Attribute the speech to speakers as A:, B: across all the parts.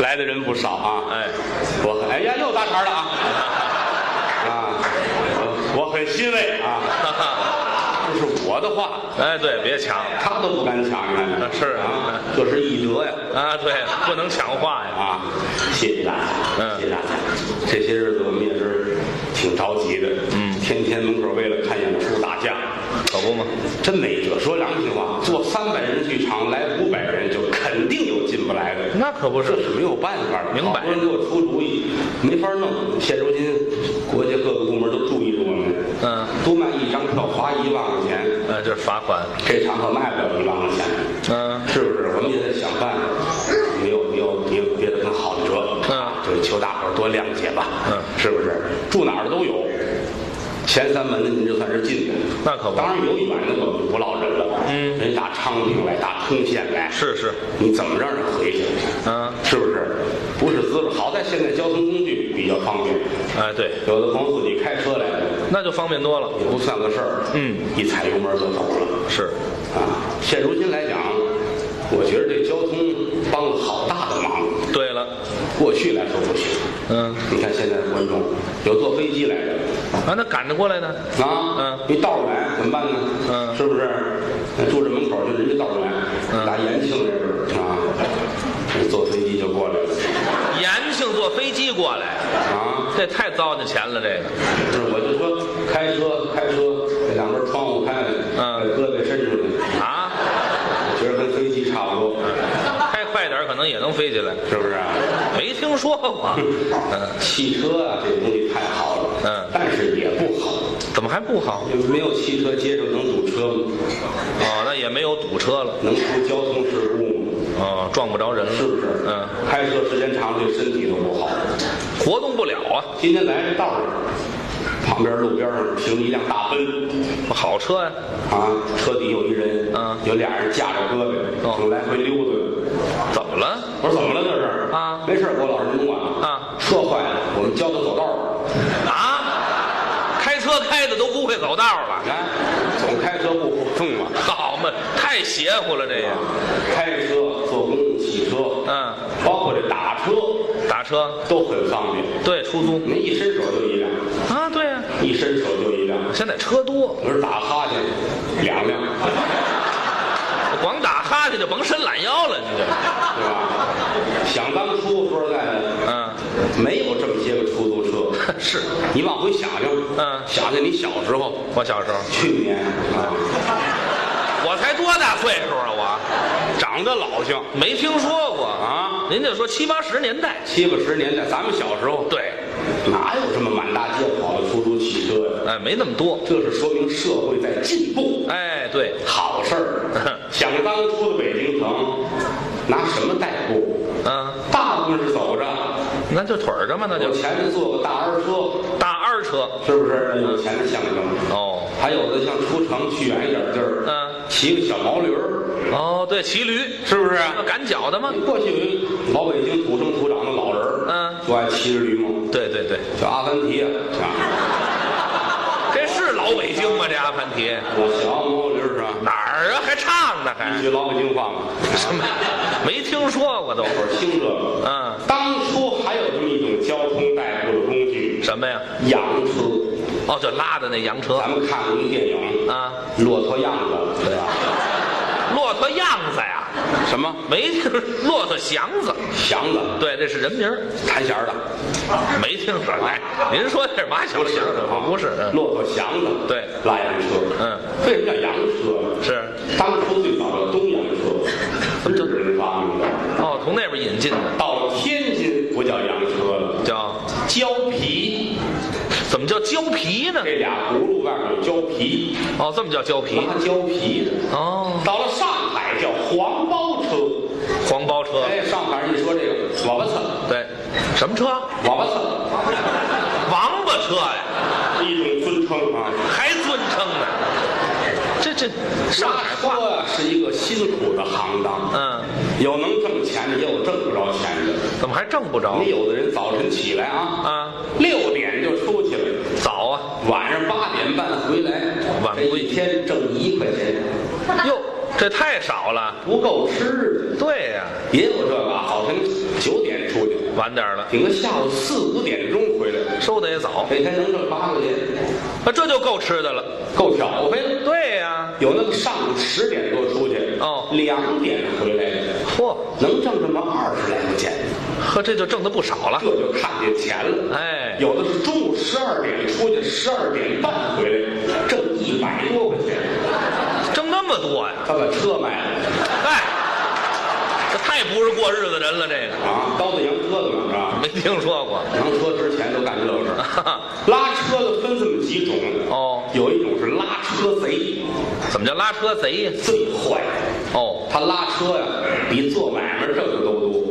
A: 来的人不少啊。
B: 哎，
A: 我哎呀，又搭茬了 啊！啊，我很欣慰啊，这是我的话，
B: 哎，对，别抢
A: 他都不敢抢，你看
B: 啊是
A: 啊，这是易德呀
B: 啊，对，不能抢话呀。
A: 啊！谢谢大家，
B: 嗯
A: 谢谢大家。这些日子我们也是挺着急的，
B: 嗯
A: 天天门口为了看演出打架，
B: 可不嘛，
A: 真没辙。说良心话，做三百人剧场来五百人，就肯定有进不来的。
B: 那可不
A: 这
B: 是，
A: 是没有办法的，
B: 明白
A: 好多人给我出主意，没法弄。现如今，国家各个部门都注意着我们，
B: 嗯，
A: 多卖一张票罚一万块钱，
B: 呃，这是罚款，
A: 这场可卖不了一万块钱，
B: 嗯，
A: 是不是？我们也得想办法，也有也有别别的更好的辙。
B: 嗯
A: 这求大伙儿多谅解吧。
B: 嗯
A: 是不是？住哪儿都有。前三门的您就算是近的，
B: 那可不
A: 当然有远的我们不落人了。
B: 嗯
A: 人打昌平来，打通县来，
B: 是是，
A: 你怎么让人回去？
B: 嗯，
A: 是不是？不是滋味。好在现在交通工具比较方便，
B: 哎，对，
A: 有的朋友自己开车来的，
B: 那就方便多了。
A: 也不算个事儿。
B: 嗯，
A: 一踩油门就走了。
B: 是，
A: 啊，现如今来讲，我觉得这交通帮了好大的忙。
B: 对了，
A: 过去来说不行，
B: 嗯，
A: 你看现在观众有坐飞机来的
B: 啊，那赶着过来呢，
A: 啊，
B: 嗯
A: 一道儿来怎么办呢？
B: 嗯
A: 是不是？住这门口就人家道儿来，
B: 嗯
A: 打延庆这边儿啊，坐飞机就过来了
B: 延庆坐飞机过来，
A: 啊。
B: 这太糟践钱了，这个，
A: 不是，我就说开车，开车，这两边窗户开开，
B: 嗯
A: 把胳膊伸出去，
B: 啊，
A: 觉得跟飞机差不多，
B: 开快点儿可能也能飞起来，
A: 是不是啊？
B: 没听说过，嗯，
A: 汽车啊，这东西太好了，
B: 嗯
A: 但是也不好，
B: 怎么还不好？
A: 因为没有汽车，街上能堵车吗？
B: 哦，那也没有堵车了，
A: 能出交通事故吗？
B: 哦，撞不着人了，
A: 是不是？
B: 嗯，
A: 开车时间长了对身体都不好。
B: 活动不了啊，
A: 今天来这道上，旁边路边上停了一辆大奔，
B: 好车呀、
A: 啊，车底有一人，
B: 嗯
A: 有俩人架着胳膊，
B: 哦
A: 正来回溜达呢。
B: 怎么了？
A: 我说怎么了这是？
B: 啊
A: 没事儿，郭老师您管
B: 啊，
A: 车坏了，我们教他走道儿。
B: 啊，开车开的都不会走道了，
A: 哎，总开车不服众嘛，
B: 好嘛，太邪乎了这也。
A: 开车、坐公共汽车，
B: 哎嗯，
A: 包括这打车
B: 打车，
A: 都很方便。
B: 对，出租
A: 您一伸手就一辆，
B: 啊，对呀、
A: 一伸手就一辆。
B: 现在车多，
A: 我说打哈欠，两辆，
B: 光打哈欠就甭伸懒腰了，你这，
A: 对吧？想当初说实在的，
B: 嗯，
A: 没有这么些个出租车。
B: 是
A: 你往回想想，
B: 嗯
A: 想想你小时候，
B: 我小时候，
A: 去年啊，
B: 我才多大岁数啊，我
A: 长得老性
B: 没听说过啊，
A: 啊。
B: 您就说七八十年代，
A: 七八十年代，咱们小时候，
B: 对，
A: 哪有这么满大街跑的出租汽车呀？
B: 哎，没那么多，
A: 这是说明社会在进步，
B: 哎，对，
A: 好事儿。 想当初的北京城，拿什么代步？
B: 嗯，
A: 大部分是走着，
B: 那就腿儿着嘛，那
A: 有
B: 就
A: 钱人坐个大二车，
B: 大二车，
A: 是不是？有钱的象征。
B: 哦，
A: 还有的像出城去远一点地儿，
B: 嗯，
A: 骑个小毛驴儿，
B: 哦，对，骑驴，
A: 是不是？
B: 那赶脚的吗？
A: 过去有一老北京土生土长的老人儿，
B: 嗯
A: 就爱骑着驴嘛，
B: 对对对，
A: 叫阿凡提啊。啊
B: 这是老北京吗？这阿凡提
A: 我小毛驴是吧？
B: 哪儿啊？还唱呢
A: 一
B: 还？
A: 句老北京话嘛，
B: 什么？没听说过都。
A: 那会儿兴这个。
B: 嗯，
A: 当初还有这么一种交通代步的工具，
B: 什么呀？
A: 洋车。
B: 哦，就拉的那洋车
A: 咱们看过一电影，
B: 啊，
A: 骆驼样子，对吧？
B: 骆驼样子呀，
A: 什么
B: 没听骆驼祥子，
A: 祥子，
B: 对，这是人名儿，
A: 弹弦儿的，
B: 没听说过。哎，您说这是嘛小祥子？不是，嗯
A: 啊骆驼祥子，
B: 对，
A: 拉洋车。
B: 嗯，
A: 为什么叫洋车？
B: 是
A: 当初最早叫东洋车，日本人发明的。
B: 哦，从那边引进的，
A: 到了天津不叫洋车了，
B: 叫
A: 胶皮，
B: 怎么叫胶皮呢？
A: 这俩轱辘外面有胶皮，
B: 哦，这么叫胶皮
A: 拉胶皮的。
B: 哦，
A: 到了上海叫黄包车，
B: 黄包车，
A: 哎，上海人一说这个，王八车，
B: 对，什么车？
A: 王八车，
B: 王八车 呀，
A: 一种尊称啊。
B: 还尊称呢。这这上海
A: 拉
B: 话，
A: 车啊是一个辛苦的行当，
B: 嗯，
A: 有能挣钱的，也有挣不着钱的。
B: 怎么还挣不着
A: 你有的人早晨起来啊，
B: 啊？
A: 六点就出去了，
B: 早啊，
A: 晚上八点半回来，
B: 晚
A: 这一天挣一块钱，
B: 哟，这太少了。
A: 不够吃。
B: 对呀、
A: 也有这个啊，早晨九点出去，
B: 晚点儿了，
A: 顶多下午四五点钟回来，
B: 收的也早，
A: 每天能挣八块钱，
B: 啊，这就够吃的了。
A: 够挑费了。
B: 对呀、
A: 有那个上午十点多出去，
B: 哦
A: 两点回来的，
B: 嚯，
A: 能挣这么二十来块钱，
B: 呵，这就挣的不少了
A: 这。就看见钱了。
B: 哎，
A: 有的是中午十二点出去，十二点半回来，挣一百多块钱，
B: 挣那么多呀？
A: 他把车卖了
B: 哎，这太不是过日子人了，这个
A: 啊，刀子洋车子嘛是吧？
B: 没听说过。
A: 洋车之前都干这个 事儿。
B: 哈哈
A: 拉车的分这么几种，
B: 哦，
A: 有一种是拉车贼，
B: 怎么叫拉车贼呀？
A: 最坏，
B: 哦，
A: 他拉车呀、比做买卖挣的都多。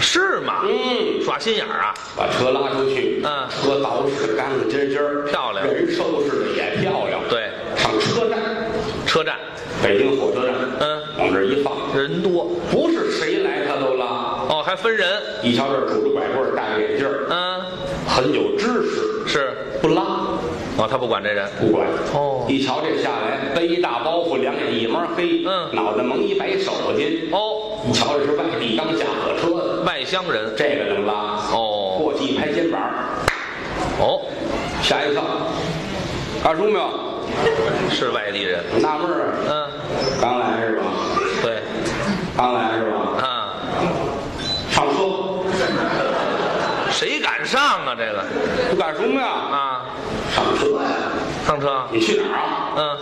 B: 是吗？
A: 嗯，
B: 耍心眼儿啊？
A: 把车拉出去，
B: 嗯
A: 车捯饬得干干净净儿，
B: 漂亮
A: 人收拾的也漂亮。，
B: 对，
A: 上车站，
B: 车站
A: 北京火车站，
B: 嗯，
A: 往这儿一放，
B: 人多
A: 不是谁来他都拉。
B: 哦，还分人。
A: 一瞧这拄着拐棍儿，戴着眼镜儿，
B: 嗯，
A: 很有知识，
B: 是
A: 不拉
B: 哦，他不管这人。
A: 不管。
B: 哦
A: 一瞧这下来，背一大包袱，两眼一摸黑，
B: 嗯
A: 脑袋蒙一白手巾。
B: 哦，
A: 你瞧这是外地刚下火车的，
B: 外乡人。
A: 这个能拉。
B: 哦
A: 过去一拍肩膀，
B: 哦，
A: 吓一跳，二叔没有？
B: 是外地人。
A: 纳闷儿啊，
B: 嗯，
A: 刚来是吧？
B: 对
A: 刚来是吧？
B: 啊，
A: 上车，
B: 谁敢上啊？这个
A: 不干什么呀？
B: 啊，
A: 上车呀！
B: 上车。
A: 你去哪儿啊？
B: 嗯，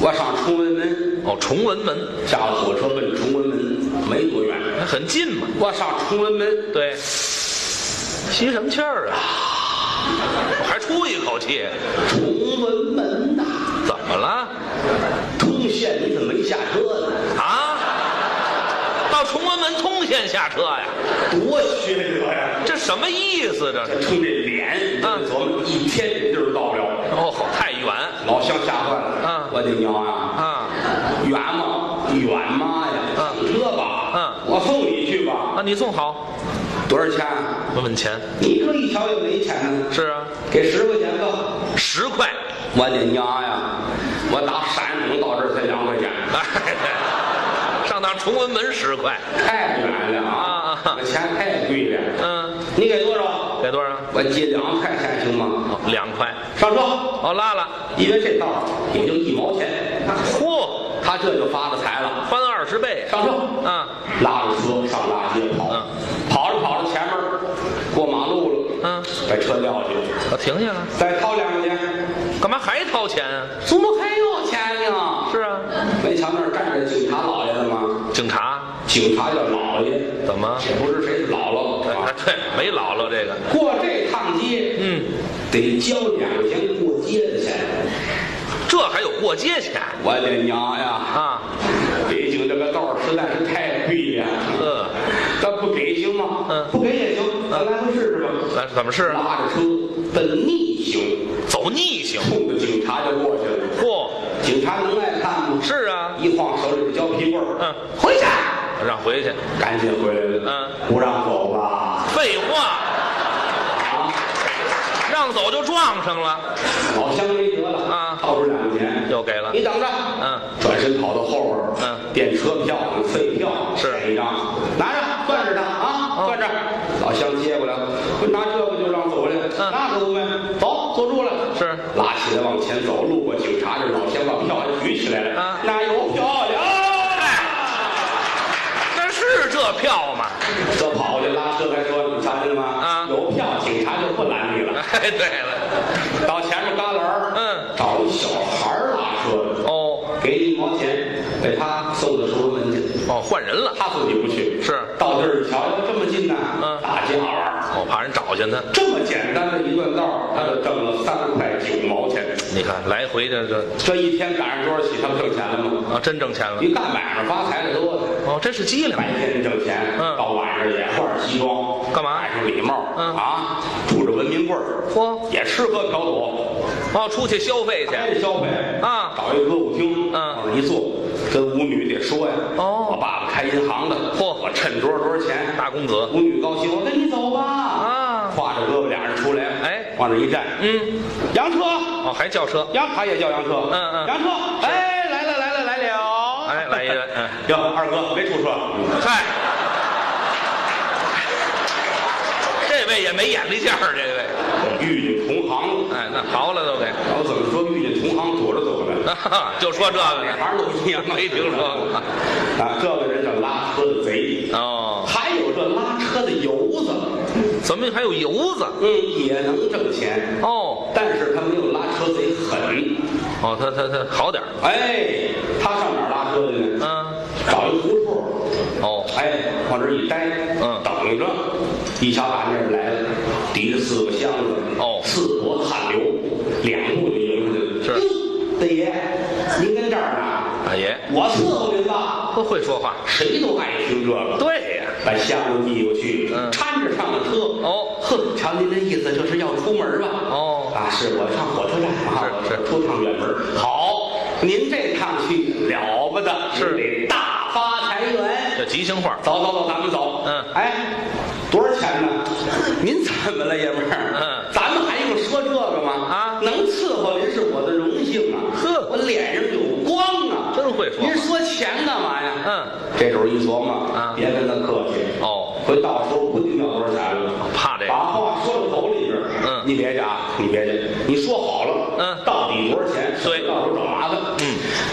A: 我上崇文门，
B: 哦，崇文门
A: 下了火车奔崇文门，没多远。
B: 那很近嘛。
A: 我上崇文门，
B: 对，吸什么气儿啊？我还出一口气，
A: 崇文门呐，
B: 怎么了？
A: 通县你怎么没下车呢？
B: 啊？到崇文门通县下车呀？
A: 多缺德呀！
B: 这什么意思？这是？
A: 冲这脸，
B: 嗯
A: 琢磨一天这地儿到不了，
B: 哦，好太远
A: 老乡吓坏了。
B: 嗯
A: 我的娘啊！
B: 啊！
A: 远吗？远妈呀！
B: 嗯
A: 上车吧。
B: 嗯
A: 我送你去吧。
B: 啊，你送好，
A: 多少钱啊？
B: 问问钱。
A: 你这一瞧也没钱呢，
B: 是啊，
A: 给十块钱吧。
B: 十 块。
A: 我的娘呀！我打山东到这儿才两块钱，
B: 哎，上趟崇文门十块。
A: 太远了啊！
B: 啊
A: 这钱太贵了。
B: 嗯，
A: 你给多少？
B: 给多少？啊
A: 我借两块钱行吗？
B: 哦，两块。
A: 上车，
B: 哦，拉了。
A: 因为这道儿也就一毛钱，
B: 嚯，
A: 他这就发了财了。
B: 翻二十倍。
A: 上车，
B: 啊，
A: 拉着车上大街跑，
B: 嗯
A: 跑着跑着前面过马路了，
B: 嗯，
A: 把车撂下，
B: 我停下了。
A: 再掏两块钱，
B: 干嘛还掏钱啊？
A: 怎么还要钱呢？
B: 是啊，
A: 没瞧那儿站着警察老爷子吗？
B: 警察
A: 警察叫老爷，
B: 怎么？
A: 也不知谁是姥姥。
B: 哎，对，没姥姥这个。
A: 过这趟街，
B: 嗯，
A: 得交两块钱过街的钱。
B: 这还有过街钱
A: 我的娘呀！
B: 啊？
A: 北京这个道儿实在是太贵了，
B: 呃，
A: 咱不给行吗？
B: 嗯
A: 不给也行，咱来回试试吧。
B: 那怎么是啊
A: 拉着车奔逆行，
B: 走逆行？
A: 冲着警察就过去了。
B: 嚯，
A: 警察能爱看吗？
B: 是啊，
A: 一晃手里的胶皮棍儿，
B: 嗯，
A: 回去，
B: 让回去。
A: 赶紧回来了。
B: 嗯，
A: 不让走吧？
B: 废话，
A: 啊，
B: 让走就撞上了，
A: 老乡没辙了
B: 啊
A: 掏出两块钱，
B: 又给了
A: 你。等着。
B: 嗯，
A: 转身跑到后边儿，
B: 嗯，
A: 电车票、废票
B: 是
A: 给一张，拿着攥着它啊，
B: 哦
A: 攥着。老乡接过来，不拿这个就让走了，
B: 嗯
A: 那可不呗，走，坐住了。
B: 是
A: 拉起来往前走，路过警察这儿，老乡把票还举起来了，
B: 啊哎
A: 那有漂亮。
B: 这是这票吗？
A: 这跑过去拉车来说，你瞧见了吗？
B: 啊
A: 有票，警察就不拦你了。
B: 哎，对了，
A: 到前面旮旯儿，
B: 嗯，
A: 找一小孩儿拉车的，
B: 哦
A: 给你一毛钱，给他送到崇文门去。
B: 哦，换人了，
A: 他自己不去，
B: 是
A: 到地儿一瞧，哟这么近呐、
B: 嗯
A: 大家伙儿，
B: 我怕人找见他。
A: 这么简单的一段道儿，他就挣了三块九毛钱。
B: 你看来回这这
A: 这一天赶上多少起，他不挣钱了吗？
B: 啊，真挣钱了。
A: 你干买卖发财的多的，
B: 哦，这是机灵。
A: 白天挣钱，
B: 嗯
A: 到晚上也换上西装，
B: 干嘛
A: 戴上礼帽，
B: 嗯
A: 啊，拄着文明棍儿，
B: 嚯，
A: 也吃喝嫖赌，
B: 哦，出去消费去。
A: 开着消费
B: 啊
A: 找一歌舞厅，
B: 嗯
A: 往那一坐，跟舞女得说呀，
B: 哦
A: 我爸爸开银行的，
B: 嚯
A: 我趁多少多少钱，
B: 大公子
A: 舞女高兴，我跟你走吧。
B: 啊
A: 挎着胳膊俩人出来，
B: 哎
A: 往这一站，
B: 嗯，
A: 洋车，
B: 哦，还叫车。
A: 洋，他也叫洋车，
B: 嗯嗯
A: 洋车，哎，来了来了来了，
B: 哎，来一个，嗯。
A: 哟，二哥别出车，
B: 嗨，位也没眼力见儿，这位，
A: 遇见同行，
B: 哎，那刨了都给，
A: 然后怎么说遇见同行躲着走呢？
B: 啊哈就说这个
A: 哪
B: 呢，
A: 行都一样，
B: 没听说过
A: 啊，这个人叫拉车的贼，
B: 哦，
A: 还有这拉车的油子，
B: 怎么还有油子？
A: 嗯，也能挣钱，
B: 哦，
A: 但是他没有拉车贼狠。
B: 哦，他他他好点儿，
A: 哎，他上哪儿拉车去呢？
B: 嗯，
A: 找一胡同，
B: 哦，
A: 哎，往这儿一待，
B: 嗯
A: 等着。一瞧打那儿来了，提着四个箱子，
B: 哦
A: 四箩汗流，两步就迎上去了。
B: 是
A: 嗯，大爷，您跟这儿呢？
B: 大爷
A: 我伺候您吧，
B: 不会说话，
A: 谁都爱听这个。
B: 对呀，
A: 把箱子递过去，
B: 嗯
A: 搀着上了车。
B: 哦
A: 呵，瞧您这意思就是要出门吧？
B: 哦
A: 啊，是我上火车站啊，
B: 是是
A: 我出趟远门儿。好，您这趟去了不得，您
B: 是
A: 得大发财源。
B: 这吉祥话，
A: 走走走，咱们走。
B: 嗯
A: 哎，多少钱 呢？您怎么了，爷们儿？
B: 嗯
A: 咱们还用说这个吗？
B: 啊
A: 能伺候您是我的荣幸啊！
B: 呵
A: 我脸上有光啊！
B: 真会说话
A: 您说钱干嘛呀？
B: 嗯，
A: 这时候一琢磨，
B: 啊
A: 别跟他客气，
B: 哦，
A: 回到时候不定要多少钱了，
B: 怕这个
A: 把话说到口里边儿。
B: 嗯
A: 你别去啊，你别去，你说好了，
B: 嗯
A: 到底多少钱？
B: 对
A: 到时候找麻烦。
B: 嗯，
A: 您瞧，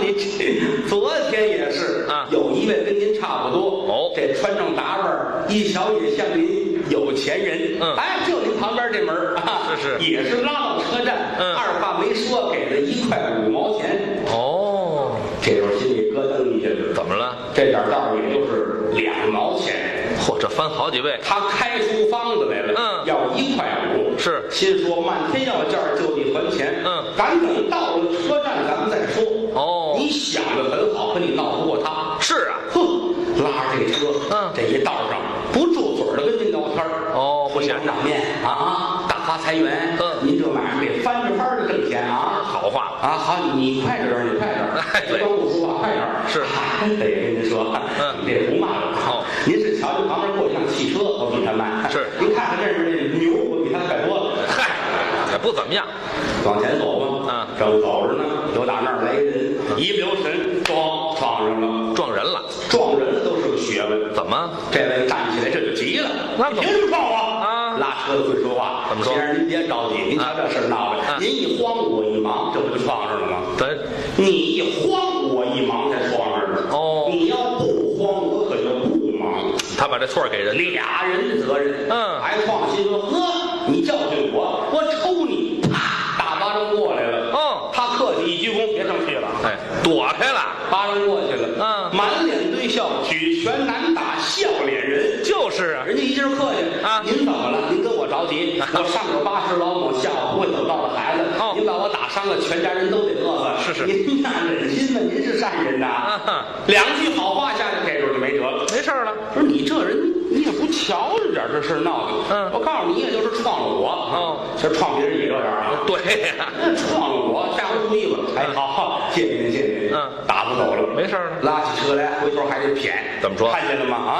A: 您这昨天也是
B: 啊
A: 有一位跟您差不多，
B: 哦
A: 这穿上打扮儿一瞧也像您有钱人，
B: 嗯
A: 哎，就您旁边这门儿啊，
B: 是是
A: 也是拉到车站，
B: 嗯
A: 二话没说给了一块五毛钱，
B: 哦，
A: 这时候心里咯噔一下子，
B: 怎么了？
A: 这点儿道儿也就是两毛钱，
B: 嚯，这翻好几倍，
A: 他开出方子来了，
B: 嗯
A: 要一块五，
B: 是
A: 心说漫天要价儿就地还钱，
B: 嗯
A: 赶等到了车站咱们再说。
B: 哦
A: 你想的很好，可你闹不过他，
B: 是啊，
A: 哼，拉着这车，
B: 嗯
A: 这一道上不住嘴儿的跟您聊天儿，
B: 哦不行
A: 长长面啊，大发财源，
B: 嗯
A: 您这买卖得翻着番儿的挣钱啊。
B: 好话了，
A: 啊，好，你快点儿，你快点儿，
B: 哎对
A: 光不说话，快点儿。
B: 是
A: 哎得跟您说，
B: 嗯
A: 你这不慢了。啊
B: 哦，
A: 您是瞧见旁边过一辆汽车，我比它慢。
B: 是
A: 您看看这边这牛，我比它快多了。
B: 嗨，也不怎么样，
A: 往前走吧。
B: 嗯
A: 正走着呢，有打那儿来一人，一不留神，咣撞上了，
B: 撞人了，
A: 撞人了都是个学问。
B: 怎么？
A: 这位站起来这就急了，
B: 那
A: 你
B: 怎么
A: 凭什么撞我？
B: 啊
A: 拉车的会说话，
B: 怎么说
A: 先生您别着急，您瞧这事儿闹的，
B: 啊
A: 您一慌我一忙，这不就撞上了吗？
B: 咱
A: 你一慌，我一忙才慌着呢。
B: 哦
A: 你要不慌，我可就不忙。
B: 他把这错儿给人，
A: 俩人的责任，
B: 嗯
A: 还放心说，呵，你教训我，我抽你，啪，大巴掌过来了。
B: 哦
A: 他客气一鞠躬，别生气了。
B: 哎，躲开了，
A: 巴掌过去了，
B: 嗯
A: 满脸堆笑，举拳难打笑脸人。
B: 就是啊，
A: 人家一劲儿客气
B: 啊
A: 您怎么了？您跟我着急，我上有八十老母，下有不会走道的孩子，
B: 哦
A: 您把我打伤了，全家人都得饿死。
B: 是是
A: 您那忍心吗？您是善人呐。
B: 啊哈
A: 两句好话下去，这时候就没辙了。
B: 没事儿了，
A: 不是你这人，你也不瞧着点儿这事儿闹的。
B: 嗯
A: 我告诉你，也就是撞了我。
B: 哦
A: 这撞别人也这样啊。
B: 对呀，
A: 那撞了我，下回注意吧。哎，好好，谢谢您，谢谢您。
B: 嗯
A: 打发走了，
B: 没事儿了
A: 拉起车来，回头还得谝。
B: 怎么说
A: 看见了吗？啊，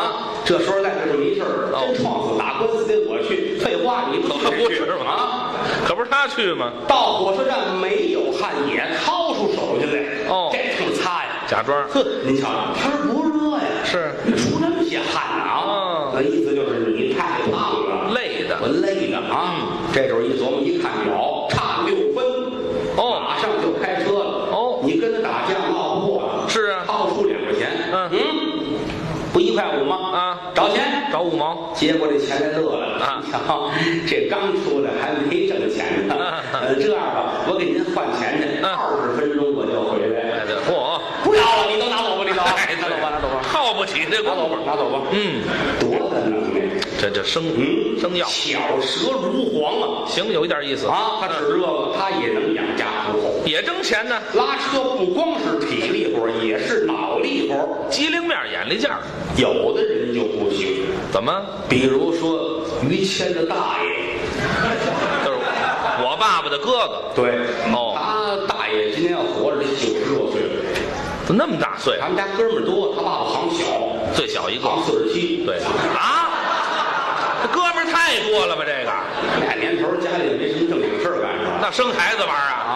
A: 这说实在是这么一事儿，
B: 哦
A: 真撞死打官司得我去。废话，你不
B: 可不是
A: 吗？啊
B: 嘛，可不是他去吗？
A: 到火车站没有汗也掏出手去来，
B: 哦
A: 这通擦呀，
B: 假装
A: 呵，您瞧，天儿不热呀，
B: 是
A: 出这么些汗呢啊
B: 嗯，
A: 那意思就是你太胖了，
B: 累
A: 我
B: 的，
A: 累的啊。这时候一琢磨，一看表，差六分，
B: 哦
A: 马上就开车了，
B: 哦
A: 你跟他打架闹不过了，
B: 是啊
A: 掏出两块钱，
B: 嗯
A: 不一块五吗？
B: 啊
A: 找钱。
B: 找五毛，
A: 结果这钱来乐了
B: 啊
A: 你瞧，这刚出来还没挣钱呢。
B: 啊
A: 呃，这样吧，我给您换钱去，
B: 嗯
A: 二十分钟我就回来
B: 哎。对，嚯，
A: 不要了，你都拿走吧，你都
B: 哎
A: 拿走吧，拿走吧，
B: 耗不起这
A: 拿走
B: 功
A: 吧
B: 夫，，
A: 拿走吧。
B: 嗯，
A: 多大能耐？
B: 这这生
A: 嗯，
B: 生药
A: 巧舌如簧啊！
B: 行，有一点意思
A: 啊，他指这个，他也能养家糊口。
B: 也挣钱呢，
A: 拉车不光是体力活儿，也是脑力活儿。
B: 机灵面儿眼力劲儿，
A: 有的人就不行，
B: 怎么？
A: 比如说于谦的大爷，
B: 就是我爸爸的哥哥，
A: 对，
B: 哦
A: 他大爷今天要活着得九十多岁了。
B: 怎么那么大岁数？
A: 咱们家哥们儿多，他爸爸行小，
B: 最小一个，
A: 行四十七，
B: 对啊，这哥们儿太多了吧？这个
A: 俩年头儿家里也没什么正经事儿干，是吧？
B: 那生孩子玩儿啊？
A: 啊，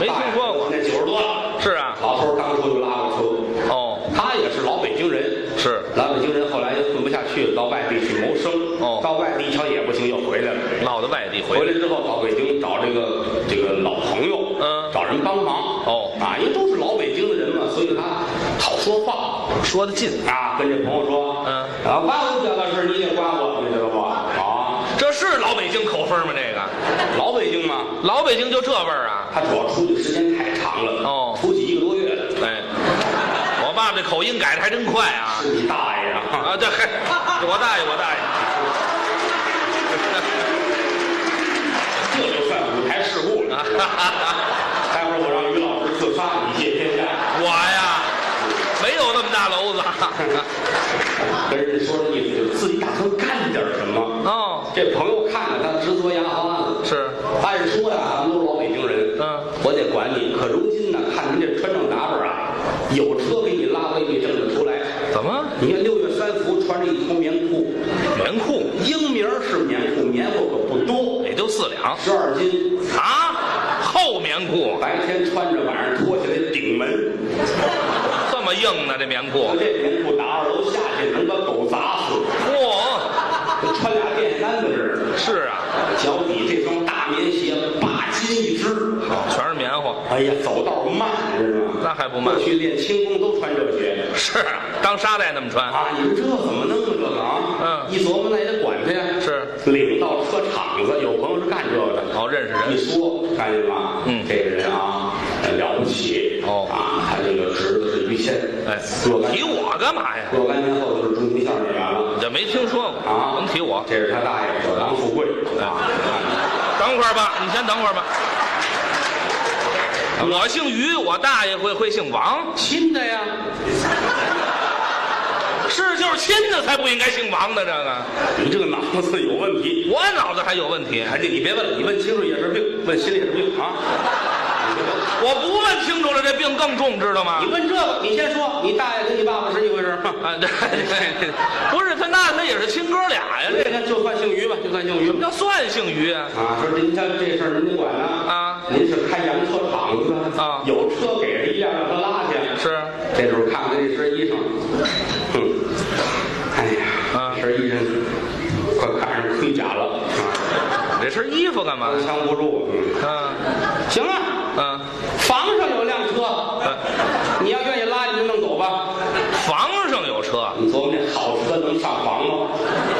B: 没听说过
A: 大爷今年九十多了，
B: 是啊，
A: 老头儿当初就拉过车，
B: 哦，
A: 他也是老北京人，
B: 是
A: 老北京人，后来也混不下去，到外地去谋生。生，
B: 哦
A: 到外地一瞧也不行，又回来了。
B: 闹到外地回
A: 回
B: 来，
A: 来之后到北京找这个这个老朋友，
B: 嗯
A: 找人帮忙，
B: 哦
A: 啊，因为都是老北京的人嘛，所以他好说话
B: 说得近，
A: 啊，跟这朋友说，
B: 嗯
A: 啊，刮我这个事儿你得刮我，你知道不？啊，
B: 这是老北京口风吗？这个
A: 老北京嘛，
B: 老北京就这味儿啊？
A: 他主要出去时间太长了，
B: 哦
A: 出去一个多月了，
B: 哎，我爸爸这口音改的还真快啊！
A: 是你大爷啊！
B: 啊，这还我大爷，我大爷，
A: 这就算舞台事故了。待会儿我让于老师自杀，以谢天下。
B: 我呀，没有那么大篓子。
A: 跟人家说的意思就是自己打算干点什么。
B: 哦，
A: 这朋友看着他直嘬牙花子，
B: 是，
A: 按说呀，咱们都老北京人，
B: 嗯，
A: 我得管你。可如今呢，看您这穿着打扮啊，有车给你拉回去挣得出来。
B: 怎么
A: 你看六月三伏穿着一条棉裤，
B: 棉裤
A: 英名儿是棉裤，棉花可不多，
B: 也就四两
A: 十二斤。
B: 啊？厚棉裤
A: 白天穿着，晚上脱下来顶门。
B: 这么硬呢？这棉
A: 我
B: 裤，
A: 这棉裤打二楼下去，能把狗砸死。
B: 嚯、
A: 就穿俩电扇子似的。
B: 是啊，
A: 脚底这双大棉鞋八斤一只，
B: 全是棉花，
A: 哎呀，走道慢，知道吗？
B: 那还不慢
A: 过去练轻功都穿这鞋
B: 是啊，当沙袋那么穿，
A: 啊！你们这怎么弄的这个啊？
B: 嗯
A: 一琢磨那也得管他呀。
B: 是
A: 领到车场子，有朋友是干这个的。
B: 哦，认识
A: 一
B: 人，
A: 说，看见吧？
B: 嗯
A: 这个人啊，了不起
B: 哦
A: 啊，他这个侄子是于谦，
B: 哎
A: 若干
B: 提我干嘛呀？
A: 若干年后就是著名相声演员了
B: 这没听说过
A: 啊！
B: 甭提我。
A: 这是他大爷小郎富贵啊。
B: 等会儿吧，你先等会儿吧。我姓于，我大爷会会姓王，
A: 亲的呀，
B: 是就是亲的才不应该姓王的这个。
A: 你这个脑子有问题。
B: 我脑子还有问题，
A: 哎，这你别问了，你问清楚也是病，问心里也是病啊！
B: 我不问清楚了，这病更重，知道吗
A: 你？问这个，你先说，你大爷跟你爸爸是一回事吗？
B: 啊，对对 对，不是他那他也是亲哥俩呀，
A: 这
B: 这
A: 个就算姓于吧，就算姓于吧。
B: 那算姓于啊？
A: 啊，说您家这事儿您得管呐
B: 啊
A: 您是开洋车厂子的
B: 啊
A: 有车给人一辆让他拉去。
B: 是，
A: 这时候看看这身衣裳，哼，哎呀，
B: 啊
A: 这身衣裳快看上盔甲了，
B: 这身衣服干嘛
A: 啊，？扛不住。嗯，
B: 啊
A: 行啊，
B: 啊，
A: 房上有辆车，
B: 呃
A: 你要愿意拉你就弄走吧。
B: 房上有车，
A: 你琢磨这好车能上房吗？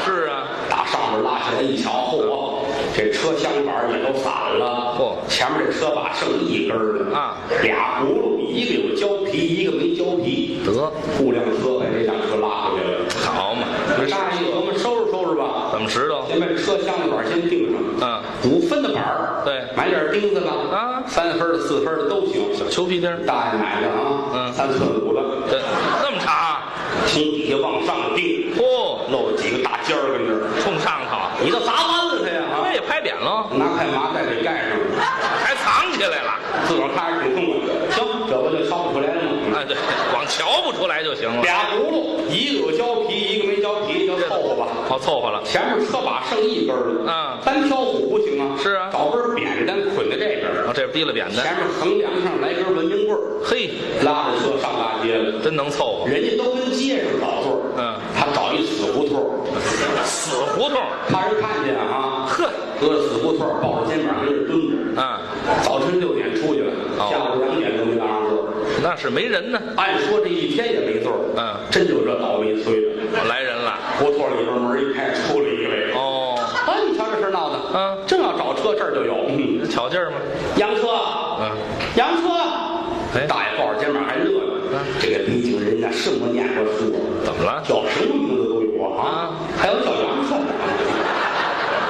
B: 是啊，
A: 打上面拉下来一瞧，嚯，这车厢板儿也都散了，
B: 嚯
A: 前面这车把剩一根儿了
B: 啊，
A: 俩轱辘，一个有胶皮，一个没胶皮，
B: 得
A: 雇辆车把这辆车拉回来了。
B: 好嘛，
A: 你大爷，我们收拾收拾吧，
B: 怎么石头？
A: 先把车厢的板儿先定上，
B: 啊，
A: 五分的板儿，
B: 对
A: 买点钉子吧，
B: 啊
A: 三分的、四分的都行。
B: 裘皮筋儿，
A: 大爷买的啊，
B: 嗯
A: 三寸五的，
B: 这那么长，
A: 从底下往上钉，
B: 嚯，
A: 露着几个大尖儿跟这儿。
B: 冲上头，
A: 你都砸弯了它呀！啊，
B: 哎，拍扁喽，
A: 拿块麻袋给盖上了，
B: 还藏起来了。啊
A: 自个儿看着挺痛快。行，这不就瞧不出来了吗？
B: 哎，对，光瞧不出来就行了，
A: 俩轱辘，一个有胶皮，一个没胶皮，就凑合吧。
B: 好凑合了。
A: 前面车把剩一根儿了，
B: 嗯
A: 单挑虎不行啊，
B: 是啊
A: 找根儿扁担捆在这边儿，
B: 啊，这提了扁担，
A: 前面横梁上来根文明棍儿，
B: 嘿，
A: 拉着车上大街了。
B: 真能凑合。
A: 人家都跟街上找座儿，
B: 嗯
A: 他找一死胡同儿，
B: 死胡同，
A: 怕人看见啊，
B: 呵，
A: 搁着死胡同儿，抱着肩膀跟这儿蹲着。
B: 嗯，
A: 早晨六点出去了，
B: 哦
A: 下午两点钟就让人座儿。
B: 那是没人呢，
A: 按说这一天也没座儿，
B: 嗯，
A: 真就这倒霉催的。
B: 来人了。
A: 胡同里边门一开，出了一位。
B: 哦，
A: 哎，你瞧这事儿闹的，
B: 嗯
A: 正要找车，这儿就有，嗯，
B: 巧劲儿吗？
A: 洋车，
B: 嗯，
A: 洋车。
B: 哎
A: 大爷抱着肩膀还热呢
B: 嗯。
A: 这个北京人呐，什么念过书啊，
B: 怎么了？
A: 叫什么名字都有啊
B: 啊，
A: 还有叫洋啊车的，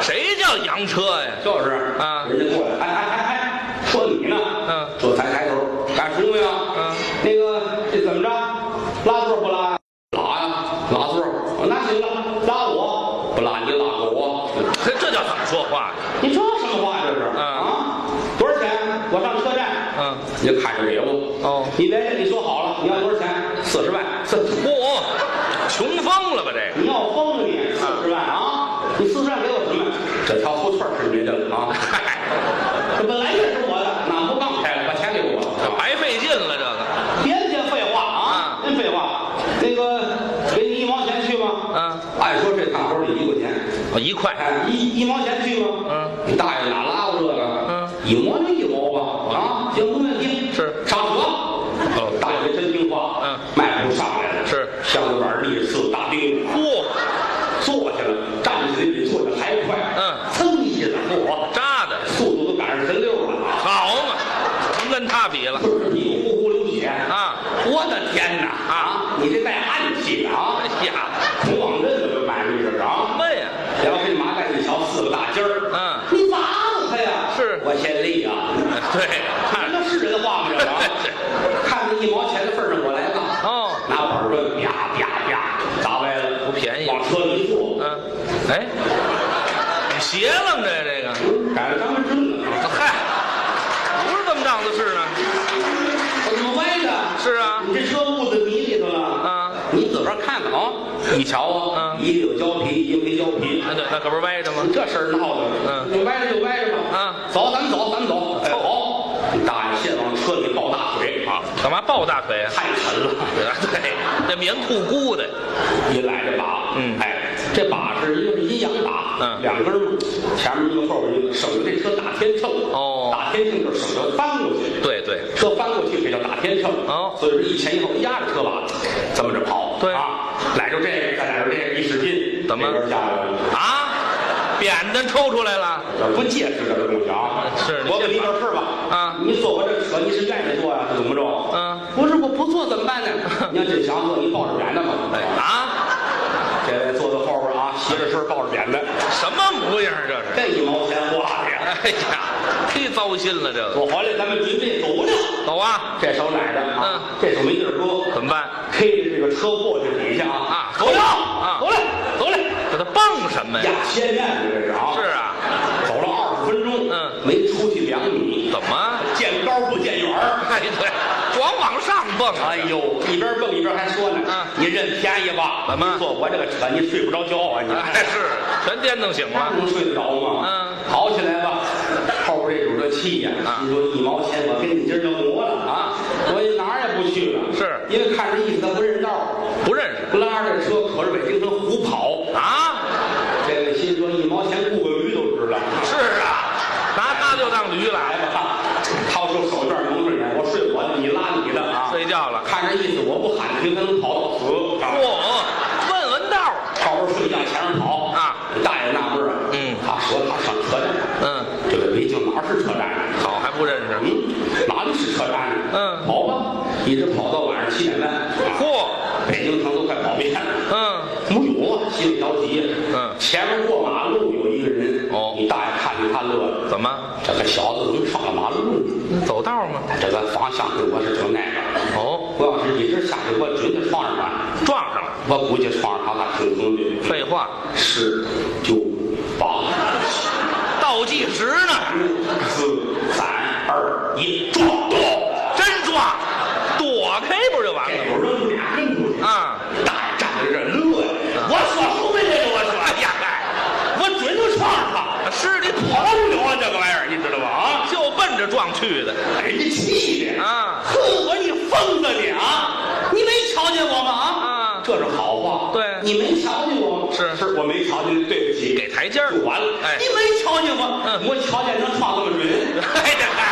B: 谁叫洋车呀？
A: 就是
B: 啊
A: 人家过来，哎哎哎哎，说你呢，
B: 嗯
A: 这才抬头，干什么呀？
B: 嗯，
A: 那个这怎么着？拉座不拉呀？拉呀，拉座。哦那行了，拉我不拉你拉狗啊？
B: 这这叫怎么说话呀？
A: 你这什么话这是？
B: 嗯
A: 啊，多少钱？我上车站。
B: 嗯，
A: 你就看着礼物。
B: 哦
A: 你来这，你说好了，你要多少钱？四十万。四，
B: 嚯，穷疯了吧这个？
A: 你要疯了你！四十万啊！你四十万给我什么？嗯这条胡同儿是你的了啊！ 这本来也是我的，哪不刚开了？把钱给我。
B: 这白费劲了，这
A: 别些废话嗯啊！真废话。那个，给你一毛钱去吗？
B: 嗯，
A: 按说这趟兜里一块钱，
B: 哦，一块，
A: 哎，一一毛钱去吗？
B: 嗯，
A: 你大爷哪拉过这个？
B: 嗯，
A: 一毛就一毛吧，啊，行，没问题。
B: 是
A: 上车。哦，大爷真听话。
B: 嗯，
A: 迈步上来了。
B: 是
A: 箱子板立着四个大钉子，
B: 嚯、
A: 坐下了，站起来比坐下还快。
B: 嗯
A: 噌一下子，我
B: 扎的，
A: 速度都赶上神溜了啊，
B: 好嘛，甭跟他比了
A: 屁股呼呼流血。
B: 啊！
A: 我的天哪！啊，你这带暗器的啊！
B: 哎呀，
A: 孔往阵怎么买的这是
B: 什
A: 啊？
B: 么呀？
A: 然后这麻袋一瞧，四个大尖儿，
B: 嗯
A: 你砸死他呀！
B: 是
A: 我先立啊，
B: 哎对，
A: 这
B: 看着
A: 都是人话吗？这啊
B: 是，
A: 看在一毛钱的份儿上，我来吧。
B: 哦，
A: 拿板儿砖啪啪啪砸歪了，
B: 不便宜
A: 往车里一坐，
B: 嗯，哎，你邪楞着呀这个？
A: 赶上张文正了，
B: 嗨，不是这么档子事呢。
A: 我怎么歪的？
B: 是啊，
A: 你这车误在泥里头了
B: 啊！
A: 你自个儿看看啊！你瞧啊，
B: 嗯
A: 一个有胶皮，一个没胶皮。
B: 那对，那可不是歪着吗？
A: 这事儿闹的，
B: 嗯
A: 就歪着就歪着吧。
B: 嗯
A: 走，咱们走，咱们走。
B: 哎
A: 好，大爷先往车里抱大腿啊，
B: 干嘛抱大腿啊？
A: 太沉了。
B: 对，那棉裤箍的，
A: 一来这把，
B: 嗯
A: 哎，这把是一个是阴阳把，
B: 嗯
A: 两根儿嘛，前面一个，后边一个，省得这车打天秤。
B: 哦
A: 打天秤就是省得翻过去。
B: 对对，
A: 车翻过去，这叫打天秤。
B: 哦
A: 所以说一前一后压着车把，这么着跑。
B: 对
A: 啊，来着这个，再来着这个，一使劲，
B: 怎么
A: 这边下来了？
B: 啊，扁担抽出来了，
A: 这不结实这东西啊！
B: 嗯是
A: 我给你点事儿吧。
B: 啊
A: 你坐我这车，你是愿意坐呀、是怎么着？
B: 嗯，
A: 不是我不坐怎么 办呢？你要真想坐，你抱着扁担吧。
B: 哎啊，
A: 这位坐在后边啊，斜着身抱着扁担，
B: 什么模样这是？
A: 这一毛钱花的呀！
B: 哎呀，忒糟心了这个。
A: 我回来咱们您这走不了，
B: 走啊，
A: 这手奶着啊，
B: 嗯
A: 这手没地儿搁，
B: 怎么办？
A: 推着这个车过去底下啊
B: 啊
A: 走了
B: 啊
A: 走了走了，
B: 可他蹦什么
A: 压
B: 呀？
A: 鲜艳的这是啊，
B: 是啊，
A: 走了二十分钟，
B: 嗯，
A: 没出去两米，
B: 怎么？啊
A: 见高不见远儿。
B: 哎对，光往上蹦。
A: 哎呦，一边蹦一边还说呢，
B: 啊
A: 你认便宜吧？
B: 怎么
A: 你坐我这个车，你睡不着觉啊？你
B: 哎是，全颠弄醒
A: 那
B: 了。
A: 能睡得着吗？
B: 嗯
A: 好起来吧。后边这主这气呀，
B: 啊
A: 你说一毛钱，我跟你今儿就磨了啊！我也哪儿也不去了，
B: 是
A: 因为看这意思他不认道儿，
B: 不认识
A: 不拉着这车可是北京城胡跑。
B: 啊？
A: 这个心说一毛钱雇个驴都值了，
B: 是啊，拿他就当驴来
A: 来吧，掏出手绢蒙着眼，我睡我的，你拉你的啊！
B: 睡觉了。
A: 看这意思，我不喊停，他能跑到死啊！
B: 嚯，问问道儿
A: 靠边睡觉，前面跑
B: 啊！
A: 大爷纳闷儿啊，
B: 嗯
A: 他说他上车站，
B: 嗯，
A: 这个北京哪儿是车站啊？
B: 好还不认识。
A: 嗯，哪里是车站呢？
B: 嗯
A: 跑吧，一直跑到晚上七点半，啊
B: 嚯，
A: 北京城都快跑遍了。
B: 嗯，
A: 没有啊，心里着急呀。
B: 嗯
A: 前面过马路有一个人，
B: 哦
A: 你大爷看见他乐了，
B: 怎么
A: 这个小子怎么上了马路呢？
B: 走道儿吗？
A: 这个方向跟我是成那个，
B: 哦，
A: 我要是一直下去，我准得撞上他。
B: 撞上了。
A: 我估计撞上他，他挺疼的。
B: 废话，
A: 十、九、八、
B: 倒计时呢，
A: 六、四、三、二、一，撞！
B: 真撞，躲开不就完
A: 这
B: 了
A: 有扔出俩跟头去
B: 吗？啊？
A: 大爷站在这儿乐呀！我说后背这个，我说，
B: 哎呀，嗨，
A: 我准就撞上他，
B: 是你
A: 跑不了啊，这个玩意儿，你知道吧？啊，
B: 就奔着撞去的
A: 把人家气的
B: 啊
A: 哼，我说你疯子你啊！你没瞧见我吗？啊
B: 啊
A: 这是好话。
B: 对
A: 你没瞧见我吗？
B: 是
A: 是，我没瞧见你，对不起，
B: 给台阶儿
A: 就完了。
B: 哎
A: 你没瞧见我，
B: 嗯
A: 我瞧见能撞那么准。
B: 哎呀，嗨，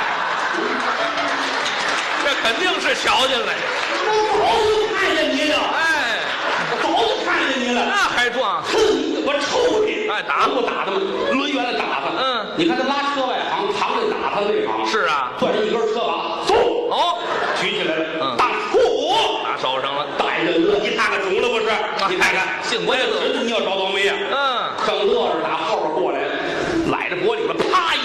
B: 这肯定是瞧见了。
A: 我早就看见你了，
B: 哎，
A: 我早就看见你了。
B: 那还撞？
A: 哼，我抽你！
B: 啊哎打
A: 不打他吗？抡圆了打他。
B: 嗯
A: 你看他拉车外行，扛着打他那行，
B: 是啊。
A: 攥着一根车把，走，
B: 哦，
A: 举起来了，
B: 嗯
A: 大虎，
B: 打手上了。
A: 大爷这乐，你看看中了不是？你看看，
B: 啊幸亏乐
A: 侄子，你要找倒霉呀！
B: 嗯，
A: 正乐着，打后边过来，揽着脖领子，啪一
B: 嗯啊嗯啊